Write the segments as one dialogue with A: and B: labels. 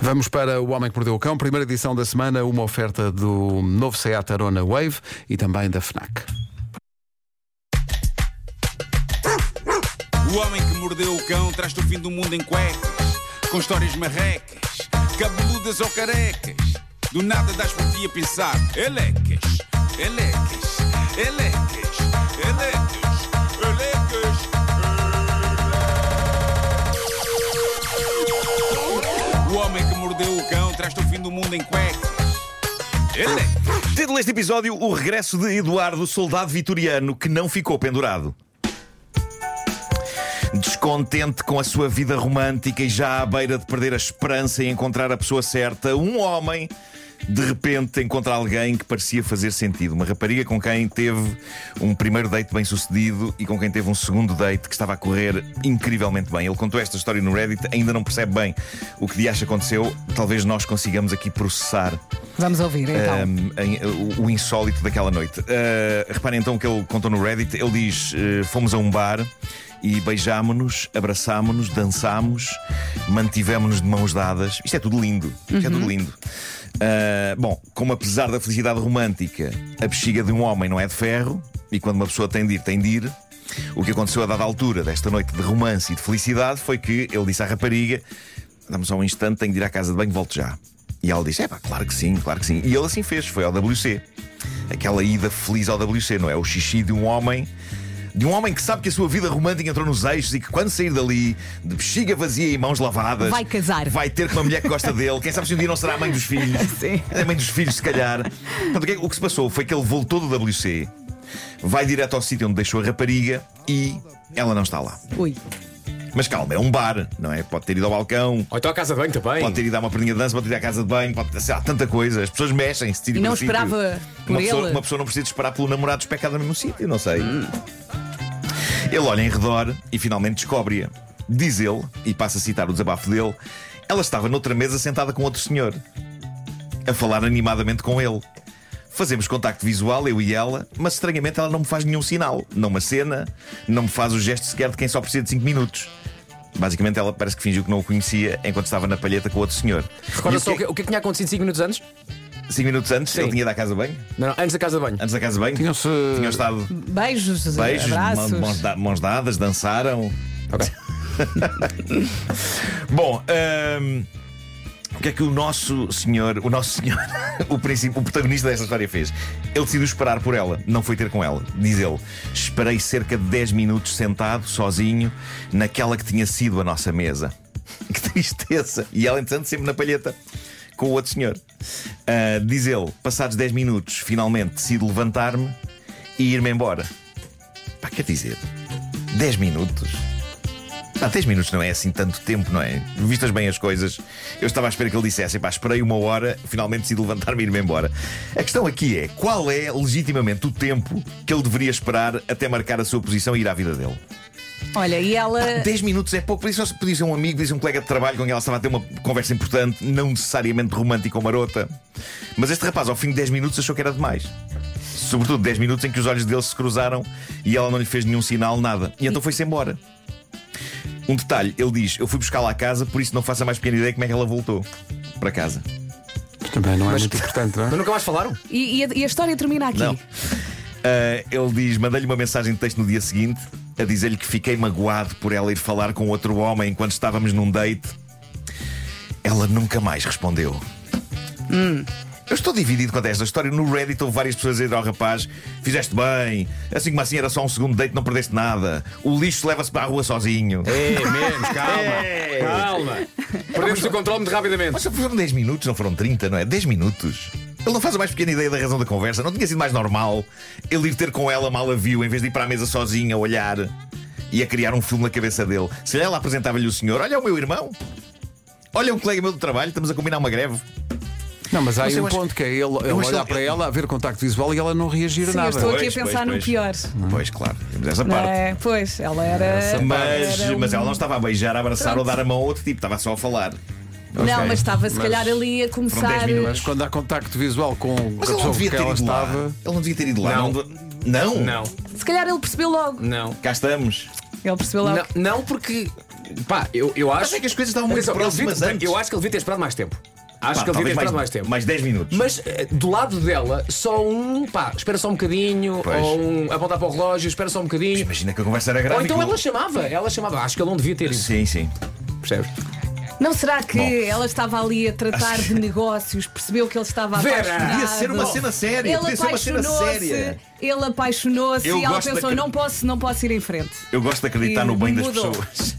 A: Vamos para O Homem que Mordeu o Cão, primeira edição da semana, uma oferta do novo Seat Arona Wave e também da FNAC.
B: O homem que mordeu o cão traz-te o fim do mundo em cuecas, com histórias marrecas, cabeludas ou carecas. Do nada das por ti a pensar, elecas, elecas, elecas, elecas, elecas. O homem que mordeu o cão traz-te o fim do mundo em cuecas, elecas.
C: Título deste episódio: O regresso de Eduardo, soldado vitoriano que não ficou pendurado. Descontente com a sua vida romântica e já à beira de perder a esperança e encontrar a pessoa certa, um homem de repente encontra alguém que parecia fazer sentido. Uma rapariga com quem teve um primeiro date bem sucedido e com quem teve um segundo date que estava a correr incrivelmente bem. Ele contou esta história no Reddit, ainda não percebe bem o que de acha aconteceu. Talvez nós consigamos aqui processar
D: Vamos ouvir então.
C: um, em- o- o insólito daquela noite. Uh, reparem então o que ele contou no Reddit. Ele diz: uh, fomos a um bar e beijámonos, abraçámonos, dançámos, mantivemos-nos de mãos dadas. Isto é tudo lindo. Isto é tudo lindo. Uh, bom, como apesar da felicidade romântica, a bexiga de um homem não é de ferro, e quando uma pessoa tem de ir, tem de ir. O que aconteceu a dada altura desta noite de romance e de felicidade foi que ele disse à rapariga: Dá-me só um instante, tenho de ir à casa de banho, volto já. E ela disse: É pá, claro que sim, claro que sim. E ele assim fez, foi ao WC. Aquela ida feliz ao WC, não é? O xixi de um homem. De um homem que sabe que a sua vida romântica entrou nos eixos e que quando sair dali, de bexiga vazia e mãos lavadas,
D: Vai casar.
C: vai ter com uma mulher que gosta dele. Quem sabe se um dia não será a mãe dos filhos.
D: Sim.
C: É a mãe dos filhos, se calhar. Portanto, o que- o que se passou foi que ele voltou do WC, vai direto ao sítio onde deixou a rapariga e ela não está lá.
D: Ui.
C: Mas calma, é um bar, não é? Pode ter ido ao balcão,
E: Ou então à casa de banho também.
C: Pode ter ido a uma perninha de dança, pode ter ido à casa de banho, pode ter, sei lá, tanta coisa. As pessoas mexem-se, tiram
D: E não
C: para o sítio.
D: esperava por
C: uma Pessoa,
D: ele?
C: uma pessoa não precisa de esperar pelo namorado especado no mesmo sítio, não sei. Ele olha em redor e finalmente descobre-a. Diz ele, e passa a citar o desabafo dele, ela estava noutra mesa sentada com outro senhor, a falar animadamente com ele. Fazemos contacto visual, eu e ela, mas estranhamente ela não me faz nenhum sinal, não me acena, não me faz o gesto sequer de quem só precisa de 5 minutos. Basicamente, ela parece que fingiu que não o conhecia enquanto estava na palheta com outro senhor. E
E: Recorda
C: o
E: só o
C: que
E: que,
C: é-
E: o que é que tinha acontecido 5 minutos antes?
C: Cinco minutos antes,
E: Sim.
C: ele tinha ido à casa de banho?
E: Não, não, antes da casa de banho.
C: Antes da casa de banho?
A: Tinham-se-
C: Tinham estado
D: Beijos,
C: beijos,
D: É, abraços.
C: mão- mãos, da- mãos dadas, dançaram.
E: Ok.
C: Bom, hum, o que é que o nosso senhor, o nosso senhor, o, princípio, o protagonista desta história fez? Ele decidiu esperar por ela, não foi ter com ela. Diz ele: Esperei cerca de 10 minutos sentado, sozinho, naquela que tinha sido a nossa mesa. Que tristeza! E ela, entretanto, sempre na palheta. Com o outro senhor. Ah, diz ele, passados 10 minutos, finalmente decido levantar-me e ir-me embora. Pá, quer dizer, 10 minutos? Há 10 minutos não é assim tanto tempo, não é? Vistas bem as coisas, eu estava à espera que ele dissesse: pá, esperei uma hora, finalmente decidi levantar-me e ir-me embora. A questão aqui é: qual é legitimamente o tempo que ele deveria esperar até marcar a sua posição e ir à vida dele?
D: Olha, e ela.
C: 10 minutos é pouco, por isso podia ser um amigo, podia ser um colega de trabalho com quem ela estava a ter uma conversa importante, não necessariamente romântica ou marota. Mas este rapaz, ao fim de 10 minutos, achou que era demais. Sobretudo 10 minutos em que os olhos dele se cruzaram e ela não lhe fez nenhum sinal, nada. E então foi-se embora. Um detalhe, ele diz: Eu fui buscá-la à casa, por isso não faço a mais pequena ideia como é que ela voltou para casa.
A: Também não é muito importante, não
E: Mas
A: é?
E: nunca mais falaram?
D: E, e a, e a história termina aqui.
C: Não. Ah, ele diz: mandei-lhe uma mensagem de texto no dia seguinte a dizer-lhe que fiquei magoado por ela ir falar com outro homem enquanto estávamos num date. Ela nunca mais respondeu. Eu estou dividido quanto a esta história. No Reddit houve várias pessoas a dizer ao rapaz: fizeste bem, assim como assim era só um segundo date, não perdeste nada. O lixo leva-se para a rua sozinho.
E: É, menos, calma.
C: É.
E: calma. Perdemos o controle muito rapidamente.
C: Mas só foram 10 minutos, não foram 30, não é? 10 minutos. Ele não faz a mais pequena ideia da razão da conversa. Não tinha sido mais normal ele ir ter com ela, mal a viu, em vez de ir para a mesa sozinho a olhar e a criar um filme na cabeça dele. Se ela apresentava-lhe o senhor, olha é o meu irmão. Olha um colega meu do trabalho, estamos a combinar uma greve.
A: Não, mas há
C: Mas
A: aí
C: eu
A: um
C: acho-
A: ponto que é ele, ele
C: acho que
A: olhar
C: ele-
A: para ela, haver contacto visual e ela não reagir a
D: Sim, eu
A: nada.
D: estou aqui a
C: Pois, pois,
D: pensar no
C: pois.
D: pior.
E: Hum.
C: Pois, claro, temos essa
D: Não
C: parte.
D: é? Pois, ela era.
C: Mas,
D: era um-
C: mas ela não estava a beijar, a abraçar ou dar a mão a outro tipo, estava só a falar.
D: Não, mas estava se
A: mas-
D: calhar ali a começar.
C: minutos.
A: Mas quando há contacto visual com a
C: Mas ele
A: pessoa
C: não
A: com
C: devia
A: que
C: ter
A: ela
C: ido lá.
A: estava.
C: Ele não devia ter ido lá.
E: Não.
C: não.
E: Não,
D: Se calhar ele percebeu logo.
E: não.
C: Cá estamos.
D: Ele percebeu logo.
E: Não, não porque Pá, eu, eu acho.
C: é que as coisas estavam muito
E: Atenção, ele devia-
C: próximas antes.
E: Eu acho que ele devia ter esperado mais tempo. Acho
C: Pá,
E: que ele devia ter
C: talvez
E: esperado
C: mais,
E: mais tempo.
C: Mais 10 minutos.
E: Mas eh, do lado dela, só um. Pá, espera só um bocadinho.
C: Pois.
E: Ou um. Apontar para o relógio, espera só um bocadinho.
C: Imagina que a conversa era grave.
E: Ou então
C: e que-
E: ela chamava, ela chamava. Acho que ele não devia ter ido,
C: Sim, sim.
E: percebes?
D: Não será que
C: Bom.
D: ela estava ali a tratar de negócios, percebeu que ele estava
E: Vera,
D: apaixonado?
C: podia ser uma cena séria,
D: Ele
C: podia ser uma cena
D: apaixonou-se,
C: séria.
D: ele apaixonou-se
C: Eu
D: e ela
C: gosto
D: pensou,
C: daquele-
D: não posso, não posso ir em frente.
C: Eu gosto de acreditar
D: E
C: no bem
D: mudou.
C: das pessoas.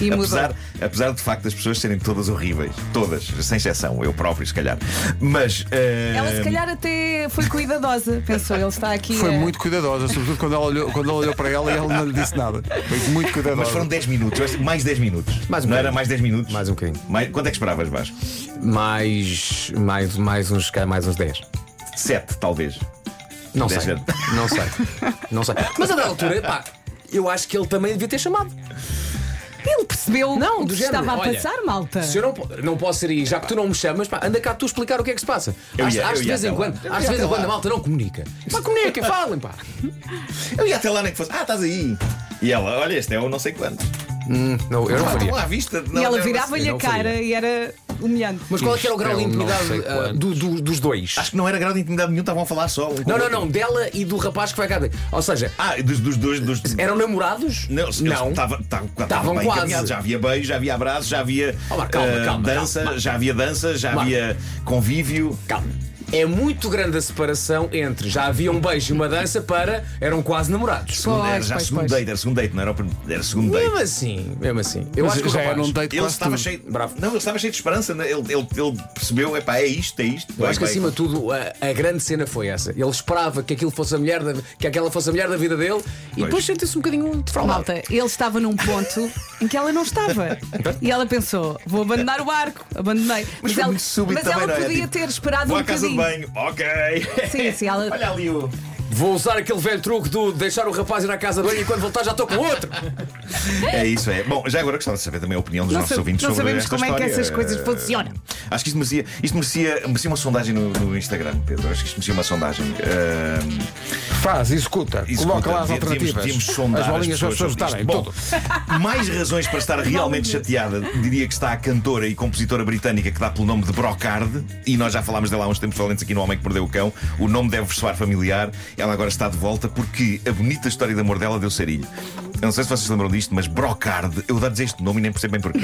D: E mudou.
C: Apesar, apesar de facto as pessoas serem todas horríveis. Todas, sem exceção. Eu próprio, se calhar. Mas. eh,
D: Ela é
E: Ehm,
D: se calhar até foi cuidadosa, pensou, ele está aqui.
A: Foi
C: é.
D: a-
A: muito cuidadosa, sobretudo quando ela olhou, quando ela olhou para ela e ela não lhe disse nada. Foi muito cuidadosa.
C: Mas foram 10 minutos, eu acho que mais 10 minutos.
E: Mais um
C: não
E: bocadinho.
C: era mais 10 minutos?
E: Mais um bocadinho.
C: Mais- quanto é que esperavas, Vasco?
E: Mais. Mais, mais uns. Mais uns 10.
C: 7, talvez.
E: Não
C: Dez
E: sei.
C: anos.
E: Não sei. Não sei. Mas a dada altura, pá, eu acho que ele também devia ter chamado.
D: Ele percebeu
E: Não,
D: o
E: do
D: que
E: género.
D: estava a
E: Olha,
D: passar, malta.
E: Se eu não, po- não posso ir aí, já que tu não me chamas, pá, anda cá tu explicar o que é que se passa.
C: Eu
E: às
C: ia-
E: às
C: eu ia
E: vezes
C: até lá.
E: em quando,
C: Eu
E: às
C: ia
E: vezes
C: até
E: em quando
C: lá.
E: a malta não comunica. Pá, comuniquem, falem, pá.
C: Eu ia até lá nem que fosse. Ah, estás aí. E ela, olha, este é o não sei quanto.
E: Não, eu não
C: Ah, estão
E: faria.
C: lá à vista.
D: E ela
E: eu
D: virava-lhe a
E: não faria.
D: cara e era humilhante.
E: Mas qual é que era o grau de
A: Isto é um não
E: intimidade
A: sei
E: ah,
A: quantos.
E: do- do- dos dois?
C: Acho que não era grau de intimidade nenhum, estavam a falar só. um com
E: Não,
C: o
E: não,
C: outro.
E: não. Dela e do rapaz que vai cá dentro. Ou seja,
C: Ah, dos dois. Dos, dos,
E: eram namorados?
C: Não, eles
E: não.
C: estavam
E: Estavam
C: bem
E: quase.
C: encaminhados. Já havia beijo, já havia abraço, já havia
E: Oh, Marco, calma,
C: eh,
E: calma,
C: dança,
E: calma, Marco.
C: já havia dança, já
E: Marco.
C: havia convívio.
E: Calma. É muito grande a separação entre já havia um beijo e uma dança para eram quase namorados.
D: Pois,
C: era já
D: pois,
C: segundo
D: pois.
C: date, era segundo date, não era o primeiro. Era segundo date.
E: Mesmo assim, mesmo assim. Eu
A: Mas
E: acho que o
A: já era
E: rapaz-
A: um date
C: Ele
A: quase
C: estava
A: tudo.
C: cheio,
E: Bravo.
C: Não, ele estava cheio de esperança. né? Ele, ele, ele percebeu, epá, é isto, é isto.
E: Eu
C: Vai,
E: acho que
C: vai.
E: acima de tudo a, a grande cena foi essa. Ele esperava que aquilo fosse a mulher da- que aquela fosse a mulher da vida dele e
C: Pois.
E: depois sentiu-se um bocadinho defraudado.
D: Malta, ele estava num ponto em que ela não estava. E ela pensou: vou abandonar o barco, abandonei.
C: Mas foi
D: ela,
C: muito súbito
D: mas
C: também,
D: ela
C: não é?
D: podia
C: Tipo,
D: ter esperado
C: Vou
D: um
C: à casa de
D: bocadinho.
C: banho, ok.
D: Sim, sim, ela-
C: Olha ali o.
E: Vou usar aquele velho truque do deixar o rapaz ir à casa de banho e quando voltar já estou com outro.
C: É isso, é. Bom, já agora gostava de saber também a opinião dos
D: Não
C: nossos
D: sa-
C: ouvintes
D: não
C: sobre
D: sabemos
C: esta
D: como é que
C: história.
D: essas coisas
C: Eh,
D: funcionam.
C: Acho que isto merecia, isto merecia, merecia uma sondagem no, no Instagram, Pedro. Acho que isto merecia uma sondagem. Eh,
A: Faz, executa,
C: Isso
A: coloca lá as
C: devia-
A: alternativas.
C: Devíamos, devíamos sondar
A: as bolinhas para as pessoas
C: sobre
A: votarem.
C: isto.
A: tudo.
C: Bom, mais razões para estar realmente chateada diria que está a cantora e compositora britânica que dá pelo nome de Brocard, e nós já falámos dela há uns tempos valentes aqui no Homem que Perdeu o Cão. O nome deve soar familiar. Ela agora está de volta porque a bonita história de amor dela deu sarilho. Eu não sei se vocês se lembram disto, mas Brocard, eu vou dizer este nome e nem percebo bem porquê.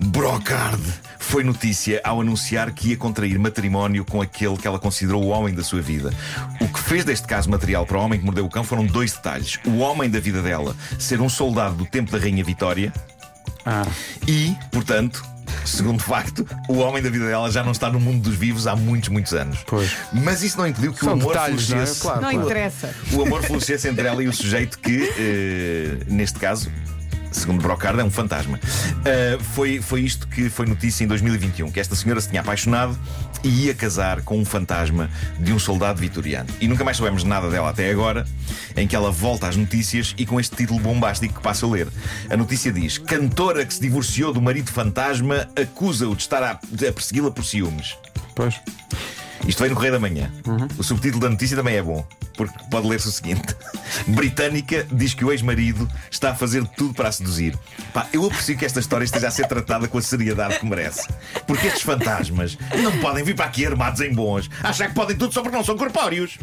C: Brocard foi notícia ao anunciar que ia contrair matrimónio com aquele que ela considerou o homem da sua vida. O que fez deste caso material para o homem que mordeu o cão foram dois detalhes: o homem da vida dela ser um soldado do tempo da Rainha Vitória
A: Ah.
C: e, portanto. Segundo facto, o homem da vida dela já não está no mundo dos vivos há muitos, muitos anos.
A: Pois.
C: Mas isso não impediu que
A: São
C: o amor
A: detalhes, não é?
C: florescesse
A: Claro,
D: Não
A: claro.
D: interessa.
C: o amor florescesse entre ela e o sujeito que, eh, neste caso, segundo Brocard, é um fantasma. Eh, foi, foi isto que foi notícia em 2021: que esta senhora se tinha apaixonado e ia casar com um fantasma de um soldado vitoriano. E nunca mais soubemos nada dela até agora, em que ela volta às notícias e com este título bombástico que passo a ler. A notícia diz: Cantora que se divorciou do marido fantasma acusa-o de estar a, a persegui-la por ciúmes.
A: Pois.
C: Isto vem no Correio da Manhã. O subtítulo da notícia também é bom, porque pode ler-se o seguinte: Britânica diz que o ex-marido está a fazer tudo para a seduzir. Pá, eu aprecio que esta história esteja a ser tratada com a seriedade que merece. Porque estes fantasmas não podem vir para aqui armados em bons, achar que podem tudo só porque não são corpóreos.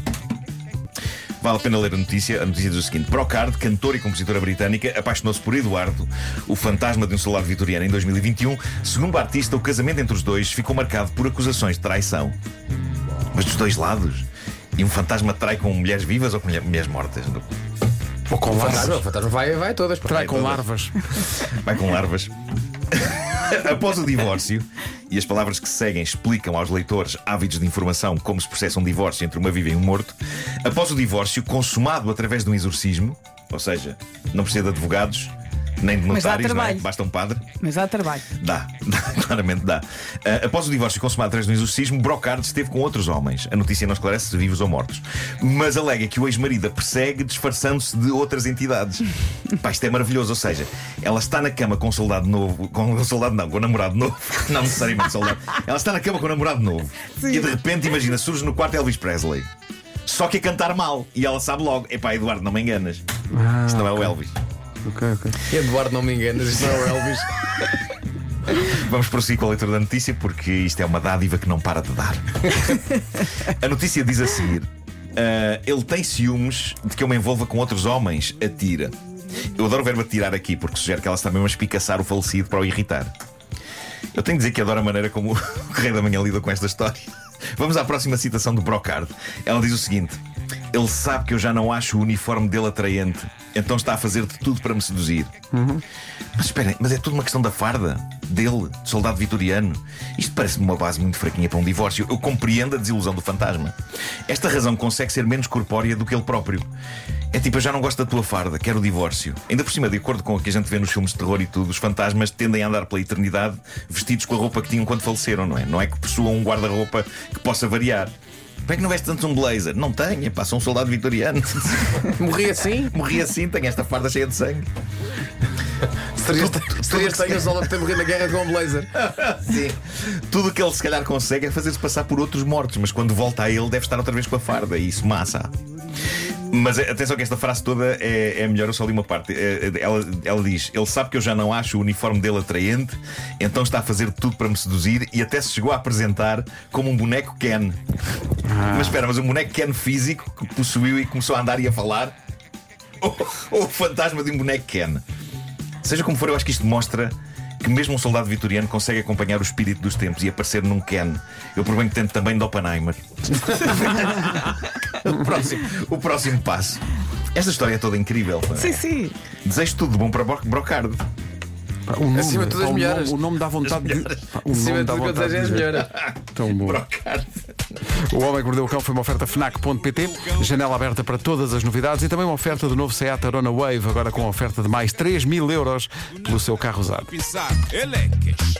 C: Vale a pena ler a notícia. A notícia diz o seguinte: Brocard, cantora e compositora britânica, apaixonou-se por Eduardo, o fantasma de um soldado vitoriano, em 2021. Segundo a artista, o casamento entre os dois ficou marcado por acusações de traição. Mas dos dois lados? E um fantasma trai com mulheres vivas ou com mulher- mulheres mortas?
A: Ou com
E: O fantasma,
A: larvas.
E: o fantasma vai, vai todas. pá.
A: Trai com
C: todas.
A: larvas.
C: Vai com larvas. Após o divórcio, e as palavras que seguem explicam aos leitores ávidos de informação como se processa um divórcio entre uma viva e um morto. Após o divórcio, consumado através de um exorcismo, ou seja, não precisa de advogados, nem de
D: Mas dá
C: notários, não é?
D: trabalho.
C: basta um padre.
D: Mas dá trabalho.
C: Dá, dá, claramente dá. Ah, após o divórcio consumado através de um exorcismo, Brocard esteve com outros homens. A notícia não esclarece se vivos ou mortos. Mas alega que o ex-marido a persegue disfarçando-se de outras entidades. Pá, isto é maravilhoso. Ou seja, ela está na cama com um soldado novo. Com um soldado não, com um namorado novo. Não necessariamente soldado. Ela está na cama com um namorado novo. E de repente, imagina, surge no quarto Elvis Presley. Só que a cantar mal. E ela sabe logo: epá, Eduardo, não me enganas. Isto não é o Elvis.
A: Ok, ok.
E: Eduardo, não me enganas, isto não é o Elvis.
C: Vamos prosseguir com a leitura da notícia porque isto é uma dádiva que não para de dar. a notícia diz a seguir: "Ah, Ele tem ciúmes de que eu me envolva com outros homens. Atira. Eu adoro o verbo atirar aqui porque sugere que ela está mesmo a espicaçar o falecido para o irritar. Eu tenho de dizer que adoro a maneira como o Rei da Manhã lida com esta história. Vamos à próxima citação do Brocard. Ela diz o seguinte: Ele sabe que eu já não acho o uniforme dele atraente, então está a fazer de tudo para me seduzir. Mas esperem, mas é tudo uma questão da farda? Dele, de soldado vitoriano? Isto parece-me uma base muito fraquinha para um divórcio. Eu compreendo a desilusão do fantasma. Esta razão consegue ser menos corpórea do que ele próprio. É tipo, eu já não gosto da tua farda, quero o divórcio. Ainda por cima, de acordo com o que a gente vê nos filmes de terror e tudo, os fantasmas tendem a andar pela eternidade vestidos com a roupa que tinham quando faleceram, não é? Não é que possuam um guarda-roupa que possa variar. Como é que não veste tanto um blazer? Não tenho, pá, sou um soldado vitoriano.
E: Morri assim?
C: Morri assim, tenho esta farda cheia de sangue.
E: Serias serias tenhas ao longo de ter morrido na guerra com um blazer.
C: Sim. Tudo o que ele se calhar consegue é fazer-se passar por outros mortos, mas quando volta a ele deve estar outra vez com a farda, e isso massa. Mas eh, atenção que esta frase toda é, é melhor, eu só li uma parte. Eh, eh, Ela, ela diz: Ele sabe que eu já não acho o uniforme dele atraente, então está a fazer tudo para me seduzir e até se chegou a apresentar como um boneco Ken. Mas espera, mas um boneco Ken físico que possuiu e começou a andar e a falar? Ou, ou o fantasma de um boneco Ken? Seja como for, eu acho que isto demonstra que mesmo um soldado vitoriano consegue acompanhar o espírito dos tempos e aparecer num Ken. Eu provenho tanto também de Oppenheimer. o, próximo, o próximo passo. Esta história é toda incrível. não é?
D: Sim, sim.
C: Desejo tudo de bom para Bro- Brocard.
A: Pá, O nome,
E: Acima de tudo,
A: pá,
E: as
A: o, nome,
E: melhoras.
A: o nome dá vontade de. pá, O
E: Acima
A: nome
E: de
A: dá
E: tudo, quantas
A: vontade de
E: vezes
A: dizer.
E: melhor.
A: Tão bom.
C: Brocard.
A: O Homem que Mordeu o Cão foi uma oferta FNAC.pt, janela aberta para todas as novidades e também uma oferta do novo Seat Arona Wave, agora com oferta de mais 3 mil euros pelo seu carro usado.
B: Pensar, eleques,